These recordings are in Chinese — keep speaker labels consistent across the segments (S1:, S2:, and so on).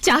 S1: 家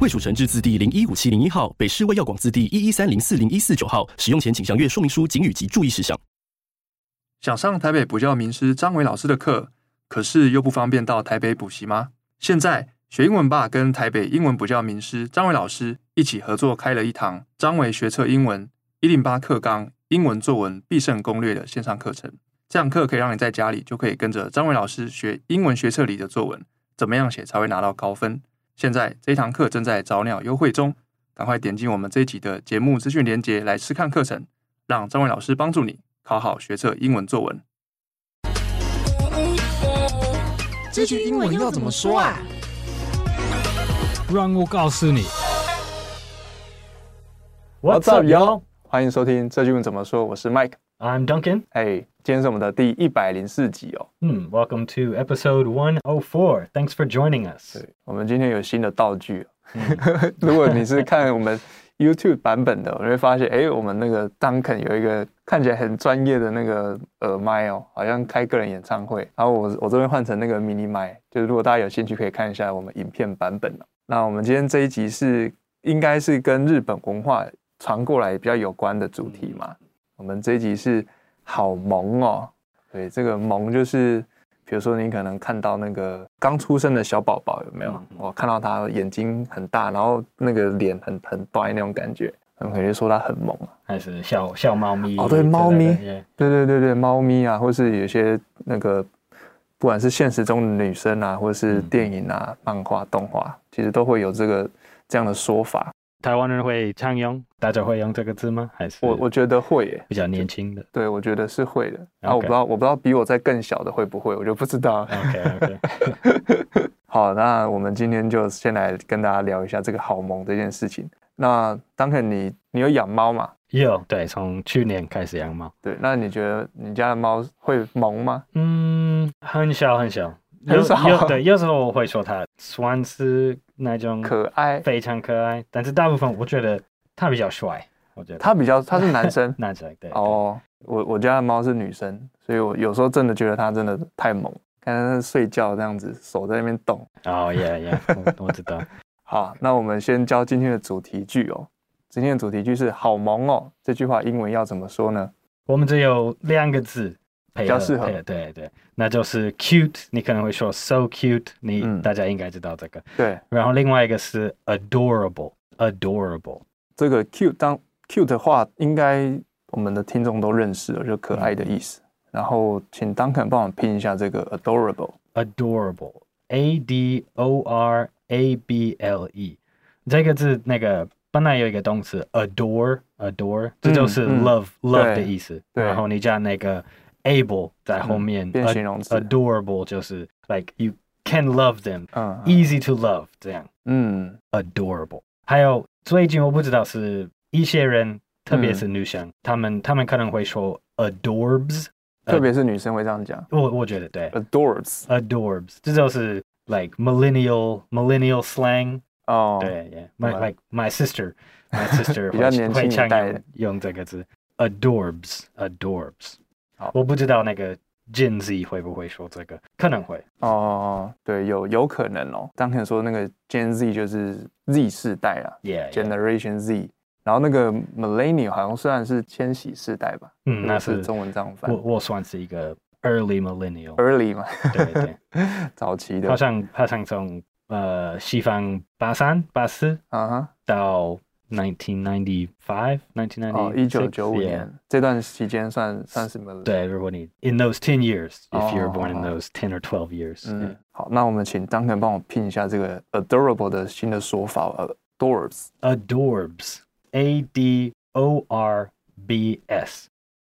S2: 卫蜀成字字第零一五七零一号，北市卫药广字第一一三零四零一四九号。使用前请详阅说明书、警语及注意事项。
S3: 想上台北补教名师张伟老师的课，可是又不方便到台北补习吗？现在学英文吧跟台北英文补教名师张伟老师一起合作开了一堂《张伟学测英文一零八课纲英文作文必胜攻略》的线上课程。这堂课可以让你在家里就可以跟着张伟老师学英文学测里的作文，怎么样写才会拿到高分。现在这一堂课正在早鸟优惠中，赶快点进我们这一集的节目资讯连结来试看课程，让张伟老师帮助你考好学测英文作文。
S4: 这句英文要怎么说啊？
S5: 让我告诉你。
S3: What's up, yo？欢迎收听这句文怎么说，我是 Mike。
S4: I'm Duncan.
S3: 哎，今天是我们的第一百零四集哦。
S4: Hmm, welcome to episode 104. Thanks for joining us.
S3: 对，我们今天有新的道具哦。 如果你是看我们 YouTube 版本的，你会发现，哎，我们那个 Duncan 有一个看起来很专业的那个耳麦哦，好像开个人演唱会。然后我我这边换成那个 mini 麦，就是如果大家有兴趣，可以看一下我们影片版本哦。那我们今天这一集是应该是跟日本文化传过来比较有关的主题嘛。我们这一集是好萌哦，对，这个萌就是。比如说，你可能看到那个刚出生的小宝宝有没有？我看到他眼睛很大，然后那个脸很很呆那种感觉，很感觉说他很萌啊。
S4: 还是小小猫咪
S3: 哦对
S4: 之类的
S3: 猫咪
S4: yeah.
S3: 对对对对，猫咪啊，或是有些那个，不管是现实中的女生啊，或是电影啊、漫画、动画，其实都会有这个这样的说法。
S4: 台湾人会常用，大家会用这个字吗？还是
S3: 我我觉得会耶，
S4: 比较年轻的
S3: 对我觉得是会的。然后我
S4: OK
S3: 不知道，我不知道比我在更小的会不会，我就不知道了。
S4: ？OK OK，
S3: 好，那我们今天就先来跟大家聊一下这个好萌这件事情。那当肯，你你有养猫嘛？
S4: 有对，从去年开始养猫，
S3: 对，那你觉得你家的猫会萌吗？
S4: 嗯，很小很小，
S3: 很小
S4: 有有对，有时候我会说它算是那种
S3: 可爱，
S4: 非常可爱，但是大部分我觉得它比较帅，我觉得
S3: 它比较它是男 生
S4: 男生对哦
S3: 哦。我我家的猫是女生，所以我有时候真的觉得它真的太萌，看它睡觉这样子，手在那边动。
S4: 哦耶耶，我我知道，
S3: 好，那我们先教今天的主题句哦。今天的主题句是“好萌哦”，这句话英文要怎么说呢？
S4: 我们只有两个字配合，
S3: 比较适合
S4: 配合对对，那就是 cute，你可能会说 so cute，你、
S3: 嗯
S4: 大家应该知道这个。
S3: 对，
S4: 然后另外一个是 adorable，adorable，
S3: 这个 cute 当 cute 的话，应该我们的听众都认识了，就可爱的意思。
S4: 嗯
S3: 然后请 Duncan 帮我拼一下这个 adorable。
S4: adorable a d o r a b l e 这个字那个本来有一个动词 adore adore，这就是
S3: 嗯
S4: love、love
S3: 对
S4: 的意思。
S3: 对
S4: 然后你加那个 able 在后面，
S3: 变形容词
S4: ad- adorable 就是 like you can love them，easy、
S3: 嗯
S4: to love 这样。
S3: 嗯
S4: adorable。还有最近我不知道是一些人，特别是女生，他们他们可能会说 adorbs，呃
S3: 特别是女生会这样讲
S4: 我我觉得对
S3: ，adores。
S4: ，adorbs，这就是 like millennial millennial slang，、
S3: 哦，
S4: 对，yeah，my
S3: 明白
S4: like my sister my sister
S3: 比较年轻
S4: 会会
S3: 一
S4: 常
S3: 代
S4: 用
S3: 的
S4: 用这个字 adorbs adorbs，
S3: 好
S4: 我不知道那个 Gen Z 会不会说这个，可能会，
S3: 哦哦，对，有有可能哦。Duncan 说那个 Gen Z 就是 Z 世代啦
S4: yeah，, yeah
S3: ，Generation Z。然后那个 Millennial 好像虽然是千禧世代吧，
S4: 嗯，
S3: 如
S4: 那
S3: 果是
S4: 是
S3: 中文这样翻
S4: 我我算是一个 early millennial，
S3: ，early 嘛，
S4: 对对。
S3: 早期的
S4: 好，像好像从呃西方八三八四
S3: 啊哈。
S4: 到 nineteen ninety five nineteen
S3: 哦，
S4: ninety
S3: 一九九五年这段期间算算是 millennial。
S4: 对，如果你 in those ten years if you were
S3: 哦
S4: born in
S3: 哦
S4: those ten or twelve years，
S3: 嗯，好，那我们请 Duncan 帮我拼一下这个 adorable 的新的说法呃，adorbs。
S4: adorbs a d o r b s，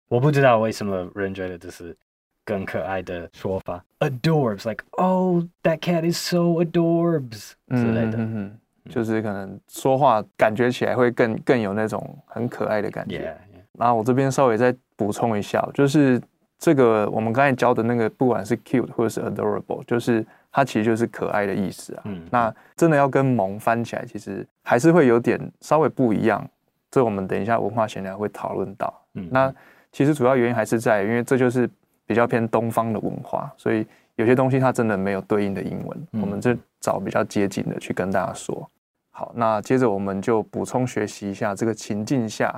S4: 我不知道为什么人觉得这是更可爱的说法，adorbs like oh that cat is so adorbs 之类的
S3: 嗯嗯嗯就是可能说话感觉起来会更更有那种很可爱的感觉。
S4: ，yeah yeah。
S3: 那我这边稍微再补充一下，哦就是这个我们刚才教的那个，不管是 cute 或者是 adorable，就是它其实就是可爱的意思啊。
S4: 嗯
S3: 那真的要跟萌翻起来，其实还是会有点稍微不一样。这我们等一下文化闲聊会讨论到。
S4: 嗯
S3: 那其实主要原因还是在于，因为这就是比较偏东方的文化，所以有些东西它真的没有对应的英文，
S4: 嗯
S3: 我们就找比较接近的去跟大家说。好，那接着我们就补充学习一下这个情境下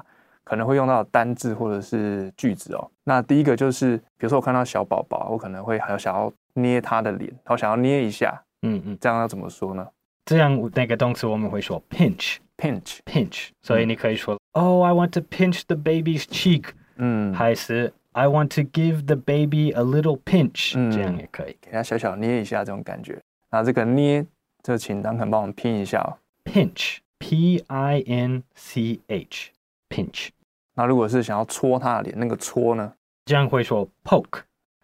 S3: 可能会用到的单字或者是句子哦。那第一个就是，比如说我看到小宝宝，我可能会还有想要捏他的脸，我想要捏一下，
S4: 嗯嗯，
S3: 这样要怎么说呢
S4: 这样那个动词我们会说 pinch
S3: ？Pinch，
S4: pinch，所以你可以说 Oh, I want to pinch the baby's cheek，、
S3: 嗯，
S4: 还是 I want to give the baby a little pinch，、
S3: 嗯
S4: 这样也可以。
S3: 给他小小捏一下这种感觉。那这个捏，这请当肯帮我们拼一下哦。
S4: pinch p i n c h pinch，
S3: 那如果是想要戳他的脸，那个戳呢？
S4: 这样会说 poke。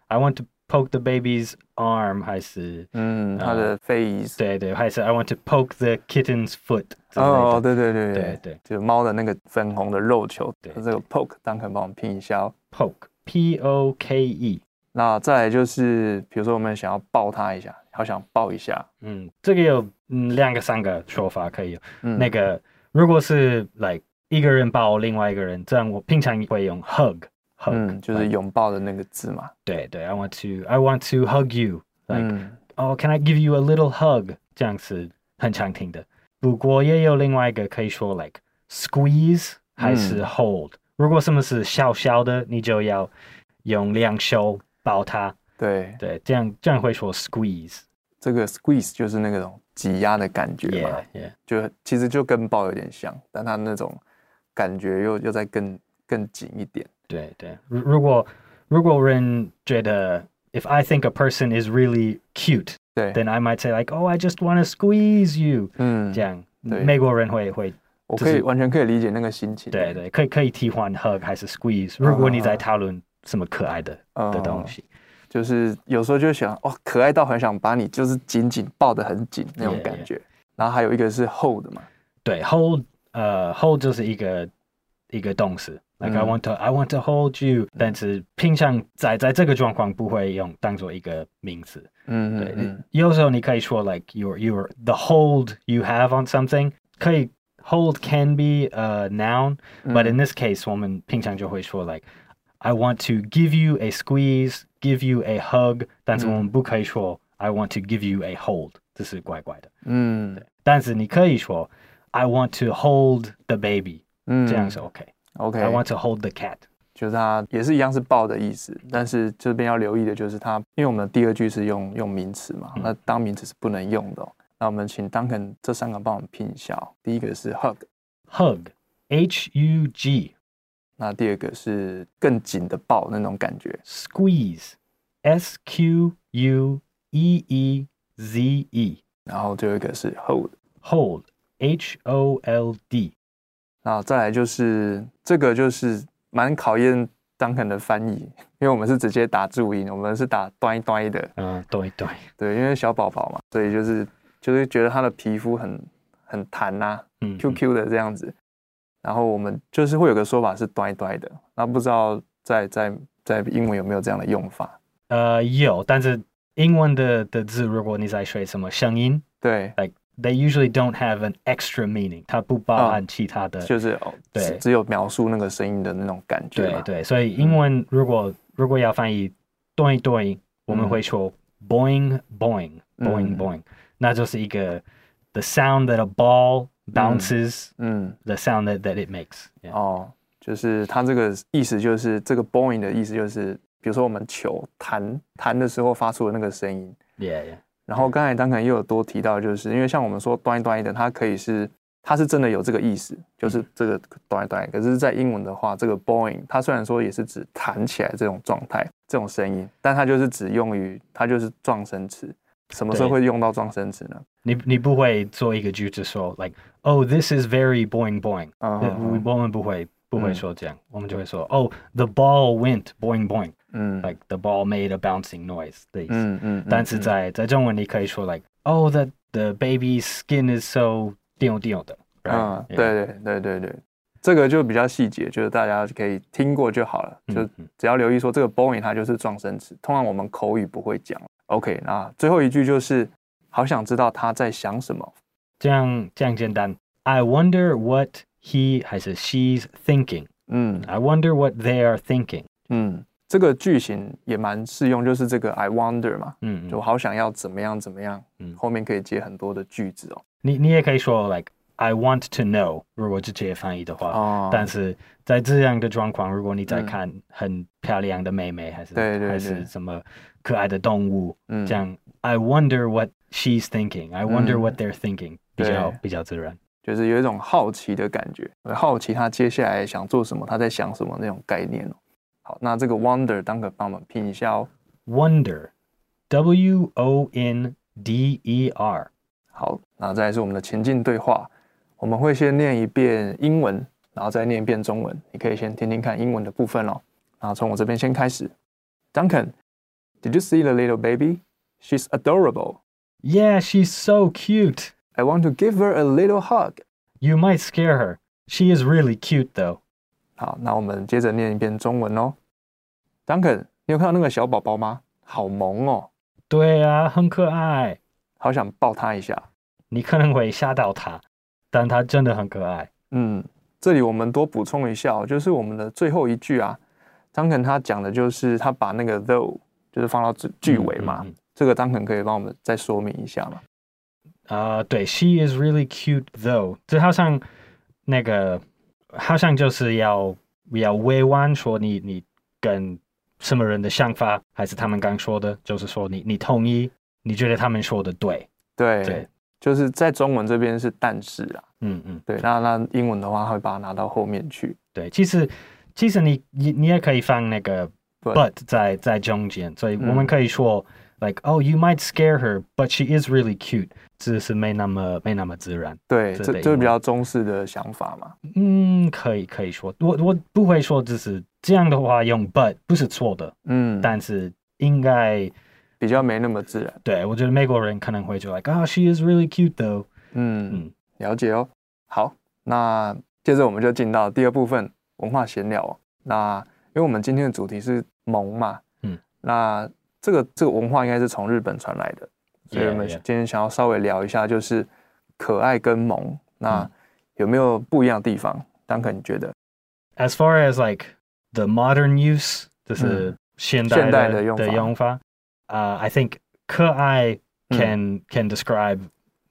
S4: I want to poke the baby's arm，还是
S3: 嗯，他的 face，
S4: 对对，还是 I want to poke the kitten's foot 之类的。
S3: 哦，对对对
S4: 对对
S3: 就是猫的那个粉红的肉球，
S4: 对
S3: 这个 poke，当肯帮我们拼一下哦。
S4: poke p o k e，
S3: 那再来就是，比如说我们想要抱他一下，好想抱一下，
S4: 嗯，Mm. 这个有嗯两个三个说法可以有。
S3: 嗯，
S4: 那个如果是 like 一个人抱另外一个人，这样我平常会用 hug hug，、
S3: 嗯，就是
S4: like，
S3: 拥抱的那个字嘛。
S4: 对对，I want to I want to hug you like、
S3: 嗯，
S4: 哦、c a n Oh, I give you a little hug？这样是很常听的。不过也有另外一个可以说 like squeeze 还是 hold、如果什么是小小的，你就要用两手抱它，
S3: 对，
S4: 对，这样这样会说 squeeze。
S3: 这个 squeeze 就是那种挤压的感觉嘛
S4: Yeah, yeah，
S3: 就其实就跟抱有点像，但它那种感觉又又再更更紧一点。
S4: 对对。如如果如果人觉得 if I think a person is really cute,
S3: 对，
S4: then I might say like, oh, I just want to squeeze you，、
S3: 嗯
S4: 这，样。
S3: 对
S4: 美国人会会
S3: 我
S4: 就
S3: 可以
S4: 是
S3: 完全可以理解那个心情。
S4: 对对，可以可以替换 hug 还是 squeeze。如果你在讨论什么可爱的、
S3: 嗯
S4: 的东西，
S3: 就是有时候就想，哦，可爱到很想把你就是紧紧抱得很紧那种
S4: Yeah,
S3: 感觉。然后还有一个是 hold 嘛，
S4: 对 hold 呃 hold 就是一个一个动词，like、I
S3: 嗯
S4: want to I want to hold you，但是平常在在这个状况不会用当做一个名词。
S3: 嗯
S4: 对
S3: 嗯，嗯，
S4: 有时候你可以说 like your your the hold you have on something 可以 hold can be a noun，But in this case, 我们平常就会说 like, I want to give you a squeeze, give you a hug. 但是我们不可以说 I want to give you a hold. 这是怪怪的。但是你
S3: 嗯
S4: 可以说 I want to hold the baby.
S3: 嗯
S4: 这样是
S3: OK，
S4: I want to hold the cat.
S3: 就是它也是一样是抱的意思，但是这边要留意的就是它，因为我们的第二句是用用名词嘛，那当名词是不能用的哦、那我们请 Duncan 这三个帮我们拼一下、哦，第一个是 hug，
S4: Hug. H U G.
S3: 那第二个是更紧的抱那种感觉，
S4: Squeeze. S Q U E E Z E.
S3: 然后最后一个是 hold。
S4: Hold. H O L D.
S3: 那再来就是这个就是蛮考验 Duncan 的翻译，因为我们是直接打注音，我们是打端一端一的，
S4: 嗯，对对。
S3: 对，因为小宝宝嘛，所以就是就是觉得他的皮肤很很弹啊呐、
S4: 嗯，
S3: q q 的这样子。然后我们就是会有个说法是端一端一的，那不知道在在在英文有没有这样的用法？
S4: 呃，有，但是英文的的字，如果你在学什么声音
S3: 对，
S4: ，like they usually don't have an extra meaning，它不包含其他的。
S3: 就是哦，
S4: 对
S3: 只只有描述那个声音的那种感觉
S4: 对
S3: 嘛。
S4: 对，所以英文如果如果要翻译对对，我们
S3: 嗯
S4: 会说 boing boing
S3: 嗯
S4: boing boing，那就是一个 the sound that a ball
S3: 嗯
S4: bounces，the
S3: 嗯，
S4: sound that that it makes。
S3: 哦，就是它这个意思就是这个 boing 的意思就是，比如说我们球弹弹的时候发出的那个声音。
S4: Yeah yeah。
S3: 然后刚才当然也有多提到，就是因为像我们说端一端一的，它可以是它是真的有这个意思，就是这个端一端一。可是，在英文的话，这个 boing 它虽然说也是指弹起来这种状态、这种声音，但它就是只用于它就是撞声词。什么时候
S4: 对
S3: 会用到撞声词呢？
S4: 你你不会做一个句子说 like oh this is very boing boing，、
S3: 嗯
S4: 对
S3: 嗯嗯
S4: 我们不会不会说这样，我们就会说 oh the ball went boing boing，like
S3: 嗯
S4: the ball made a bouncing noise 的意思。
S3: 嗯嗯，
S4: 但是在在中文你可以说 like oh the the baby's skin is so 掉掉的。
S3: 嗯，
S4: right？
S3: 对对对对对，这个就比较细节，就是大家可以听过就好了，就
S4: 嗯嗯
S3: 只要留意说这个 boing 它就是撞声词，通常我们口语不会讲。OK，那最后一句就是好想知道他在想什么。
S4: 这样这样简单。I wonder what he 还是 she's thinking.
S3: 嗯
S4: I wonder what they are thinking.
S3: 嗯，这个句型也蛮适用，就是这个 I wonder 嘛，
S4: 嗯，嗯。
S3: 就我好想要怎么样怎么样，
S4: 嗯
S3: 后面可以接很多的句子哦。
S4: 你你也可以说 like I want to know，如果直接翻译的话。
S3: 哦
S4: 但是在这样的状况，如果你在
S3: 嗯
S4: 看很漂亮的妹妹，还是
S3: 对对
S4: 还
S3: 对
S4: 是什么可爱的动物，
S3: 嗯
S4: 这样 I wonder what she's thinking. I wonder
S3: 嗯
S4: what they're thinking，比较
S3: 对
S4: 比较自然。
S3: 就是有一种好奇的感觉，好奇他接下来想做什么，他在想什么那种概念哦。好，那这个 wonder 当个帮我们拼一下哦。
S4: Wonder, W O N D E R.
S3: 好，那再来是我们的情境对话，我们会先念一遍英文，然后再念一遍中文。你可以先听听看英文的部分哦。然后从我这边先开始。Duncan, did you see the little baby? She's adorable.
S4: Yeah, she's so cute.
S3: I want to give her a little hug.
S4: You might scare her. She is really cute though.
S3: 好，那我们接着念一遍中文哦。Duncan，你有看到那个小宝宝吗？好萌哦，
S4: 对啊，很可爱。
S3: 好想抱他一下。
S4: 你可能会吓到他，但他真的很可爱。
S3: 嗯，这里我们多补充一下、哦，就是我们的最后一句啊，张肯他讲的就是他把那个 though 就是放到句句尾嘛，
S4: 嗯嗯嗯
S3: 这个张肯可以帮我们再说明一下吗？
S4: 啊、对，She is really cute though。这好像那个，好像就是要要委婉说你你跟什么人的想法，还是他们刚说的，就是说你你同意，你觉得他们说的对
S3: 对，
S4: 对，
S3: 就是在中文这边是但是啊，
S4: 嗯嗯，
S3: 对，那那英文的话会把它拿到后面去。
S4: 对。其实其实你你你也可以放那个
S3: But
S4: but 在在中间，所以
S3: 嗯
S4: 我们可以说、like oh you might scare her but she is really cute，这是没那么没那么自然。
S3: 对，
S4: 这
S3: 这
S4: 类
S3: 这是比
S4: 英文
S3: 较中式的想法嘛。
S4: 嗯，可以可以说，我我不会说，只是这样的话用 but 不是错的，
S3: 嗯，
S4: 但是应该
S3: 比较没那么自然。
S4: 对我觉得美国人可能会就 like 啊、s h e is really cute though。
S3: 嗯，
S4: 嗯，
S3: 了解哦。好，那接着我们就进到第二部分文化闲聊哦、那因为我们今天的主题是萌嘛，
S4: 嗯，
S3: 那这个这个文化应该是从日本传来的，所以
S4: Yeah,
S3: 我们
S4: yeah.
S3: 今天想要稍微聊一下，就是可爱跟萌，那
S4: 嗯
S3: 有没有不一样的地方？丹肯，你觉得？
S4: As far as like the modern use，就是
S3: 嗯
S4: 现代的,、
S3: 现代的用法
S4: 法。啊、i think 可爱 can、can describe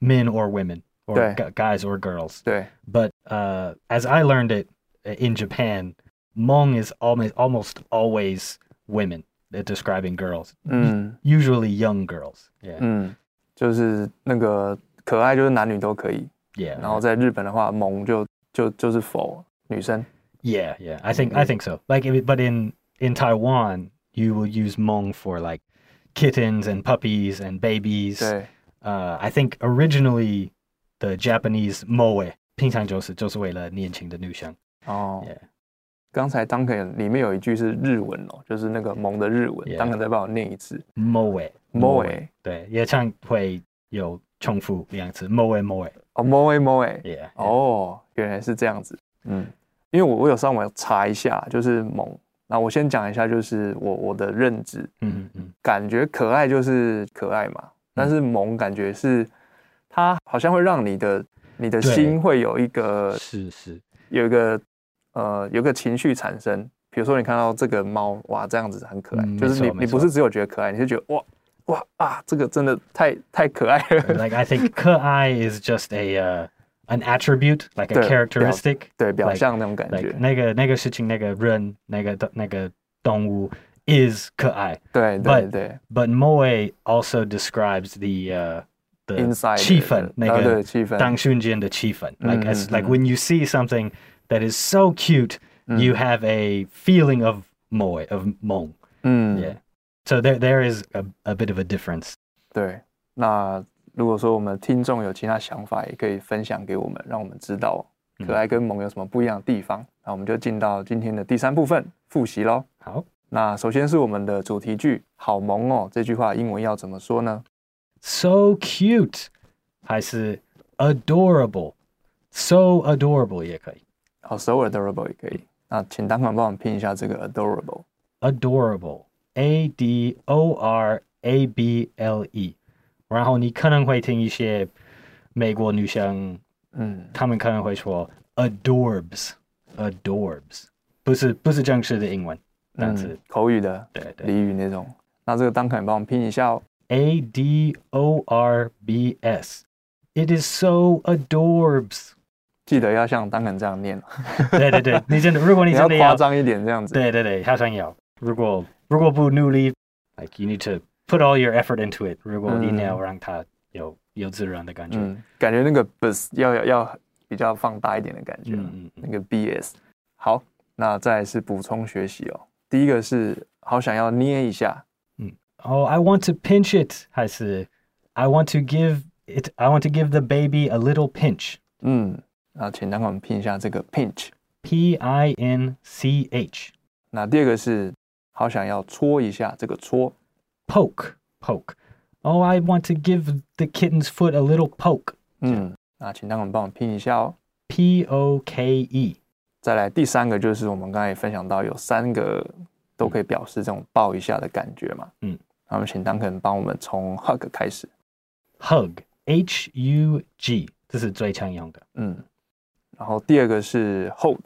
S4: men or women or
S3: 对
S4: gu- guys or girls。
S3: 对，
S4: But uh, as I learned it uh, in Japan, mong is almost almost always women uh, describing girls,
S3: 嗯
S4: usually young girls. Yeah,
S3: 嗯，就是那个可爱就是男女都可以，
S4: yeah,
S3: 然后在日本的话，萌就就就是否女生，
S4: yeah, yeah. I think I think so. Like, if it- but in in Taiwan, you will use mong for like kittens and puppies and babies.
S3: 对，
S4: Uh, I think originally the Japanese moe 平常就是就是为了年轻的女生。
S3: 哦
S4: Yeah.
S3: 刚才 Duncan 里面有一句是日文哦，就是那个萌的日文。
S4: Yeah.
S3: Duncan 再帮我念一次
S4: moe
S3: ，moe
S4: 对，也像会有重复两次 moe moe
S3: 哦，moe moe，
S4: yeah
S3: 哦，原来是这样子。嗯，因为我我有上网查一下，就是萌。那我先讲一下，就是我我的认知，
S4: 嗯嗯嗯，
S3: 感觉可爱就是可爱嘛，但是萌感觉是它好像会让你的你的
S4: 对
S3: 心会有一个
S4: 是是，
S3: 有一个呃有一个情绪产生。比如说你看到这个猫，哇，这样子很可爱，
S4: 嗯
S3: 就是你
S4: 没错
S3: 你不
S4: 没错
S3: 是只有觉得可爱，你是觉得哇哇啊，这个真的太太可爱了。
S4: like I think 可爱 is just a uh, an attribute like a
S3: 对，表-
S4: characteristic
S3: 对，表
S4: like-
S3: 象那种感觉
S4: like 那个那个事情那个人那个那个动物 is 可爱，
S3: 对对
S4: but-
S3: 对
S4: but moe also describes the uh the
S3: ，inside
S4: 气氛
S3: 的啊对气氛，
S4: 那个当瞬间的气氛 like as
S3: 嗯，嗯，
S4: like
S3: 嗯。
S4: when you see something that is so cute you
S3: 嗯
S4: have a feeling of moe of mong
S3: 嗯
S4: yeah so there there is a, a bit of a difference
S3: 对。那如果说我们听众有其他想法，也可以分享给我们，让我们知道
S4: 嗯
S3: 可爱跟萌有什么不一样的地方。那我们就进到今天的第三部分复习喽。
S4: 好
S3: 那首先是我们的主题句“好萌哦”这句话英文要怎么说呢？
S4: so cute 还是 adorable so adorable 也可以
S3: 好，so adorable 也可以。那请当场帮我们拼一下这个 adorable。
S4: adorable a d o r a b l e，然后你可能会听一些美国女生，
S3: 嗯，
S4: 她们可能会说 adorbs adorbs，不是不是正式的英文单词，
S3: 口语的、
S4: 对对
S3: 俚语那种。那这个当场帮我们拼一下哦。
S4: a d o r b s。It is so adorbs
S3: 记得要像当肯这样念 哦，
S4: 对对对，你真的，如果你
S3: 你要
S4: 真的
S3: 夸
S4: 要
S3: 张一点这样子。
S4: 对对对，好像有。如果-如果不努力，like you need to put all your effort into it. 如果你要让它有-有自然的感觉。
S3: 嗯，感觉那个 bus 要要要比较放大一点的感觉，啊
S4: 嗯嗯嗯
S3: 那个 bs。好，那再来是补充学习哦。第一个是好想要捏一下，
S4: Oh, I want to pinch it 还是 I want to give it I want to give the baby a little pinch.
S3: 嗯，那请当场拼一下这个 pinch。
S4: P I N C H
S3: 那第二个是好想要戳一下这个戳，
S4: poke poke. Oh, I want to give the kitten's foot a little poke.
S3: 嗯，那请当场帮我拼一下哦。
S4: P O K E
S3: 再来第三个就是我们刚才也分享到有三个都可以表示这种抱一下的感觉嘛，
S4: 嗯，
S3: 那我们请 Duncan 帮我们从 hug 开始，
S4: hug H U G 这是最常用的。
S3: 嗯，然后第二个是 hold，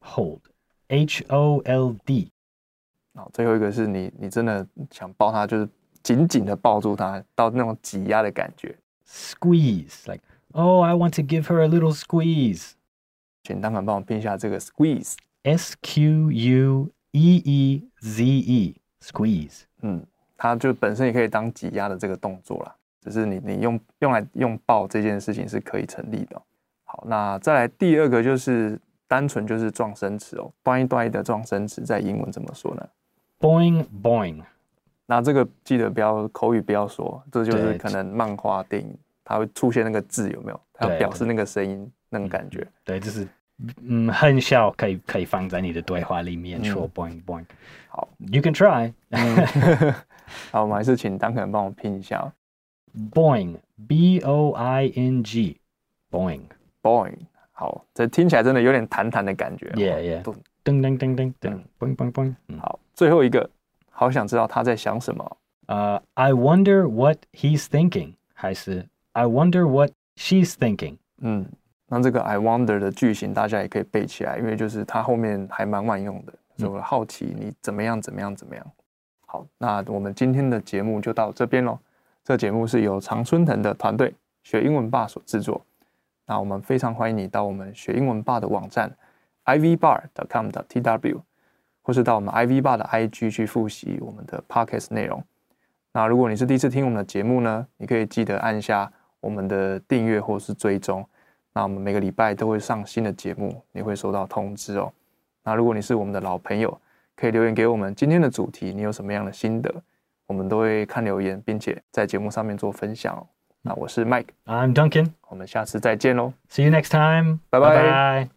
S4: hold. H O L D.
S3: 然后最后一个是你你真的想抱他，就是紧紧的抱住他，到那种挤压的感觉，
S4: Squeeze. Like, oh, I want to give her a little squeeze.
S3: 请 Duncan 帮我拼一下这个 squeeze，
S4: S Q U E E Z E. Squeeze.
S3: 嗯，它就本身也可以当挤压的这个动作啦，只是你你用用来用抱这件事情是可以成立的哦、好，那再来第二个就是单纯就是撞生词哦，端一端一的撞生词在英文怎么说呢？
S4: Boing, boing.
S3: 那这个记得不要口语不要说，这就是
S4: 对
S3: 可能漫画电影它会出现那个字有没有？它要
S4: 对
S3: 表示那个声音那种感觉。
S4: 对，就是嗯，很小可以可以放在你的对话里面说 boing boing。
S3: 好。
S4: You can try
S3: 嗯 好，我们还是请 Duncan 帮我拼一下哦
S4: boing. B O I N G. Boing.
S3: boing。好，这听起来真的有点弹弹的感觉哦。
S4: Yeah, yeah.
S3: 咚
S4: 噔噔噔噔噔
S3: 嗯。
S4: Boing boing boing. 嗯。
S3: 好，最后一个，好想知道他在想什么哦。
S4: Uh, I wonder what he's thinking. 还是 I wonder what she's thinking.
S3: 嗯，那这个 I wonder 的句型大家也可以背起来，因为就是它后面还蛮万用的。所以我好奇你怎么样怎么样怎么样。好，那我们今天的节目就到这边喽。这节目是由常春藤的团队学英文吧所制作。那我们非常欢迎你到我们学英文吧的网站 ivbar.com 的 tw，或是到我们 ivbar 的 IG 去复习我们的 podcast 内容。那如果你是第一次听我们的节目呢，你可以记得按下我们的订阅或是追踪。那我们每个礼拜都会上新的节目，你会收到通知哦。那如果你是我们的老朋友，可以留言给我们今天的主题，你有什么样的心得，我们都会看留言，并且在节目上面做分享哦。那我是 Mike，
S4: I'm Duncan.
S3: 我们下次再见喽。哦
S4: See you next time.
S3: Bye-bye.
S4: Bye-bye.